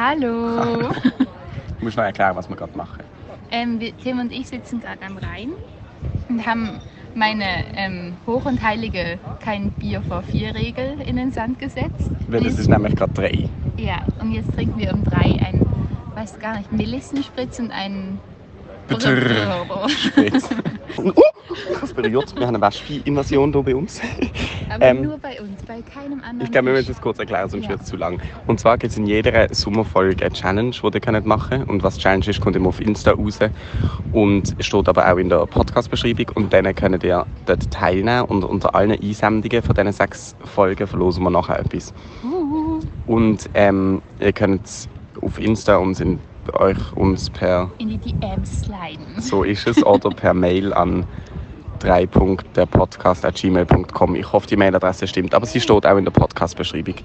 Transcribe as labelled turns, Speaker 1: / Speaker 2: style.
Speaker 1: Hallo.
Speaker 2: Ich muss schnell erklären, was wir gerade machen.
Speaker 1: ähm, wir, Tim und ich sitzen gerade am Rhein und haben meine ähm, hoch und heilige kein Bier vor vier Regel in den Sand gesetzt.
Speaker 2: Weil es
Speaker 1: Jetzt-
Speaker 2: ist nämlich gerade drei.
Speaker 1: Ja, und jetzt trinken wir um drei ein, weiß gar nicht, Melissenspritz und einen.
Speaker 2: Betrrr. Spritz. Uh, das berührt. Wir haben eine Waschvieh-Invasion hier bei uns.
Speaker 1: Aber
Speaker 2: Ähm,
Speaker 1: nur bei uns, bei keinem anderen.
Speaker 2: Ich glaube, wir
Speaker 1: Tisch.
Speaker 2: müssen es kurz erklären, sonst
Speaker 1: Ja.
Speaker 2: wird es zu lang. Und zwar gibt es in jeder Sommerfolge eine Challenge, die ihr könnt machen könnt. Und was die Challenge ist, kommt immer auf Insta raus. Und steht aber auch in der Podcast-Beschreibung. Und dann könnt ihr dort teilnehmen. Und unter allen Einsendungen von diesen sechs Folgen verlosen wir nachher etwas.
Speaker 1: Uhuhu.
Speaker 2: Und ähm, ihr könnt auf Insta uns, in, euch uns per
Speaker 1: In die DMs sliden.
Speaker 2: So ist es. Oder per Mail an 3.derpodcast.gmail.com. Ich hoffe, die Mailadresse stimmt, aber sie steht auch in der Podcast-Beschreibung.